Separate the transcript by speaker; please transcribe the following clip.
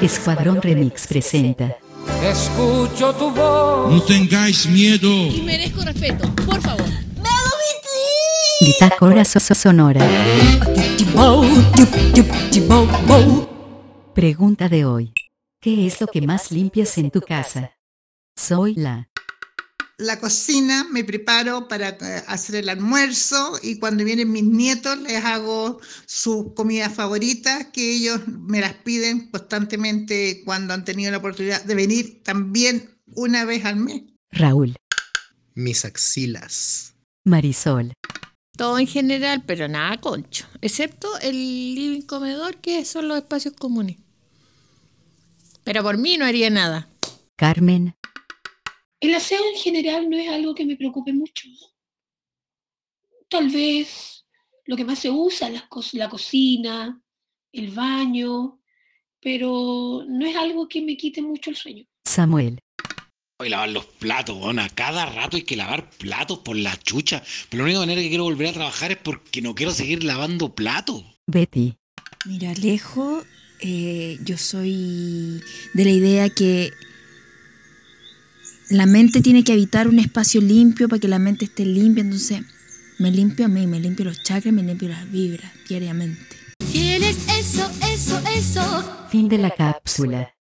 Speaker 1: Escuadrón Remix presenta.
Speaker 2: Escucho tu voz.
Speaker 3: No tengáis miedo.
Speaker 4: Y merezco respeto, por favor.
Speaker 1: Guitarra sonora. Pregunta de hoy. ¿Qué es lo que más limpias en tu casa? Soy la.
Speaker 5: la cocina, me preparo para eh, hacer el almuerzo y cuando vienen mis nietos les hago sus comidas favoritas que ellos me las piden constantemente cuando han tenido la oportunidad de venir también una vez al mes.
Speaker 1: Raúl.
Speaker 6: Mis axilas.
Speaker 1: Marisol.
Speaker 4: Todo en general, pero nada concho. Excepto el living comedor, que son los espacios comunes. Pero por mí no haría nada.
Speaker 1: Carmen.
Speaker 7: El aseo en general no es algo que me preocupe mucho. Tal vez lo que más se usa las cos- la cocina, el baño, pero no es algo que me quite mucho el sueño.
Speaker 1: Samuel.
Speaker 8: Y lavar los platos, weón. A cada rato hay que lavar platos por la chucha. Pero la única manera que quiero volver a trabajar es porque no quiero seguir lavando platos.
Speaker 1: Betty.
Speaker 9: Mira, Alejo, eh, yo soy de la idea que la mente tiene que habitar un espacio limpio para que la mente esté limpia. Entonces, me limpio a mí, me limpio los chakras, me limpio las vibras diariamente.
Speaker 1: Fin de la cápsula.